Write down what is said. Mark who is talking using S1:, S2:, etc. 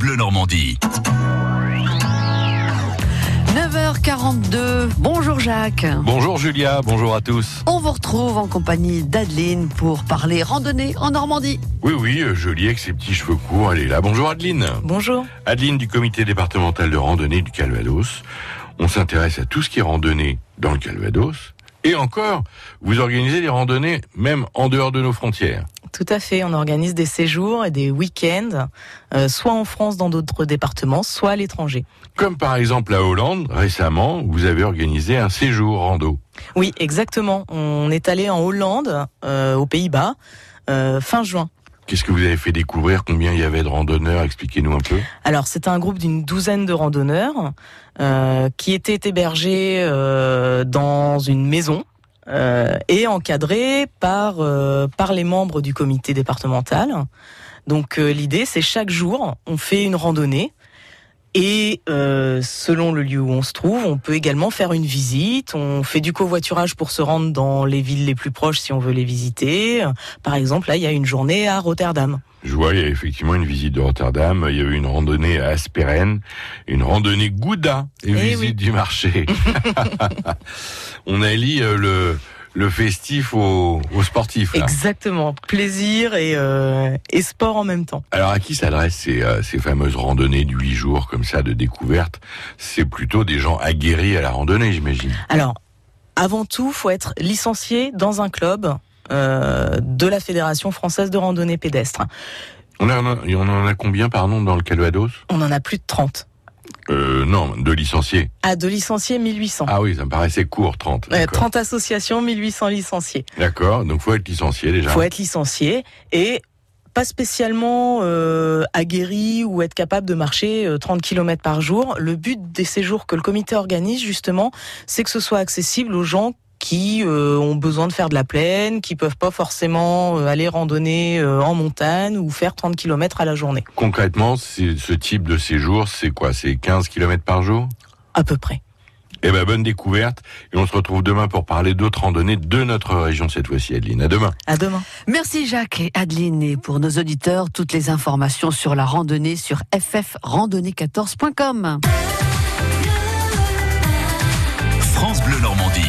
S1: Bleu Normandie.
S2: 9h42. Bonjour Jacques.
S3: Bonjour Julia, bonjour à tous.
S2: On vous retrouve en compagnie d'Adeline pour parler randonnée en Normandie.
S3: Oui, oui, euh, jolie avec ses petits cheveux courts, elle est là. Bonjour Adeline.
S4: Bonjour.
S3: Adeline du comité départemental de randonnée du Calvados. On s'intéresse à tout ce qui est randonnée dans le Calvados. Et encore, vous organisez des randonnées même en dehors de nos frontières.
S4: Tout à fait, on organise des séjours et des week-ends, euh, soit en France dans d'autres départements, soit à l'étranger.
S3: Comme par exemple à Hollande, récemment, vous avez organisé un séjour rando.
S4: Oui, exactement. On est allé en Hollande, euh, aux Pays-Bas, euh, fin juin.
S3: Qu'est-ce que vous avez fait découvrir Combien il y avait de randonneurs Expliquez-nous un peu.
S4: Alors c'était un groupe d'une douzaine de randonneurs euh, qui étaient hébergés euh, dans une maison euh, et encadrés par euh, par les membres du comité départemental. Donc euh, l'idée c'est chaque jour on fait une randonnée et euh, selon le lieu où on se trouve on peut également faire une visite. On fait du covoiturage pour se rendre dans les villes les plus proches si on veut les visiter. Par exemple là il y a une journée à Rotterdam.
S3: Je vois, il y a effectivement une visite de Rotterdam, il y a eu une randonnée à Asperen, une randonnée Gouda, et une
S4: Eh
S3: visite
S4: oui.
S3: du marché. On allie euh, le, le festif au, au sportif. là.
S4: Exactement, plaisir et, euh, et sport en même temps.
S3: Alors à qui s'adressent ces, euh, ces fameuses randonnées de huit jours comme ça de découverte C'est plutôt des gens aguerris à la randonnée, j'imagine.
S4: Alors, avant tout, faut être licencié dans un club euh, de la Fédération française de randonnée pédestre.
S3: On, en a- on en a combien, pardon, dans le Calvados
S4: On en a plus de 30.
S3: euh, Non, de licenciés.
S4: À de licenciés, 1800.
S3: Ah oui, ça me paraissait court, 30.
S4: Euh,
S3: D'accord.
S4: 30 associations, 1800 licenciés.
S3: D'accord, donc faut être licencié déjà.
S4: faut être licencié et pas spécialement euh, aguerri ou être capable de marcher euh, 30 km par jour. Le but des séjours que le comité organise, justement, c'est que ce soit accessible aux gens qui euh, ont besoin de faire de la plaine, qui peuvent pas forcément euh, aller randonner euh, en montagne ou faire 30 km à la journée,
S3: Concrètement, c'est- ce type de séjour, c'est quoi C'est 15 km par jour
S4: à peu près.
S3: Eh ben, bonne découverte. Et on se retrouve demain pour parler d'autres randonnées de notre région cette fois-ci, Adeline. À demain.
S4: À demain.
S2: Merci Jacques et Adeline. Et pour nos auditeurs, toutes les informations sur la randonnée sur ffrandonnée14.com.
S1: France Bleu Normandie.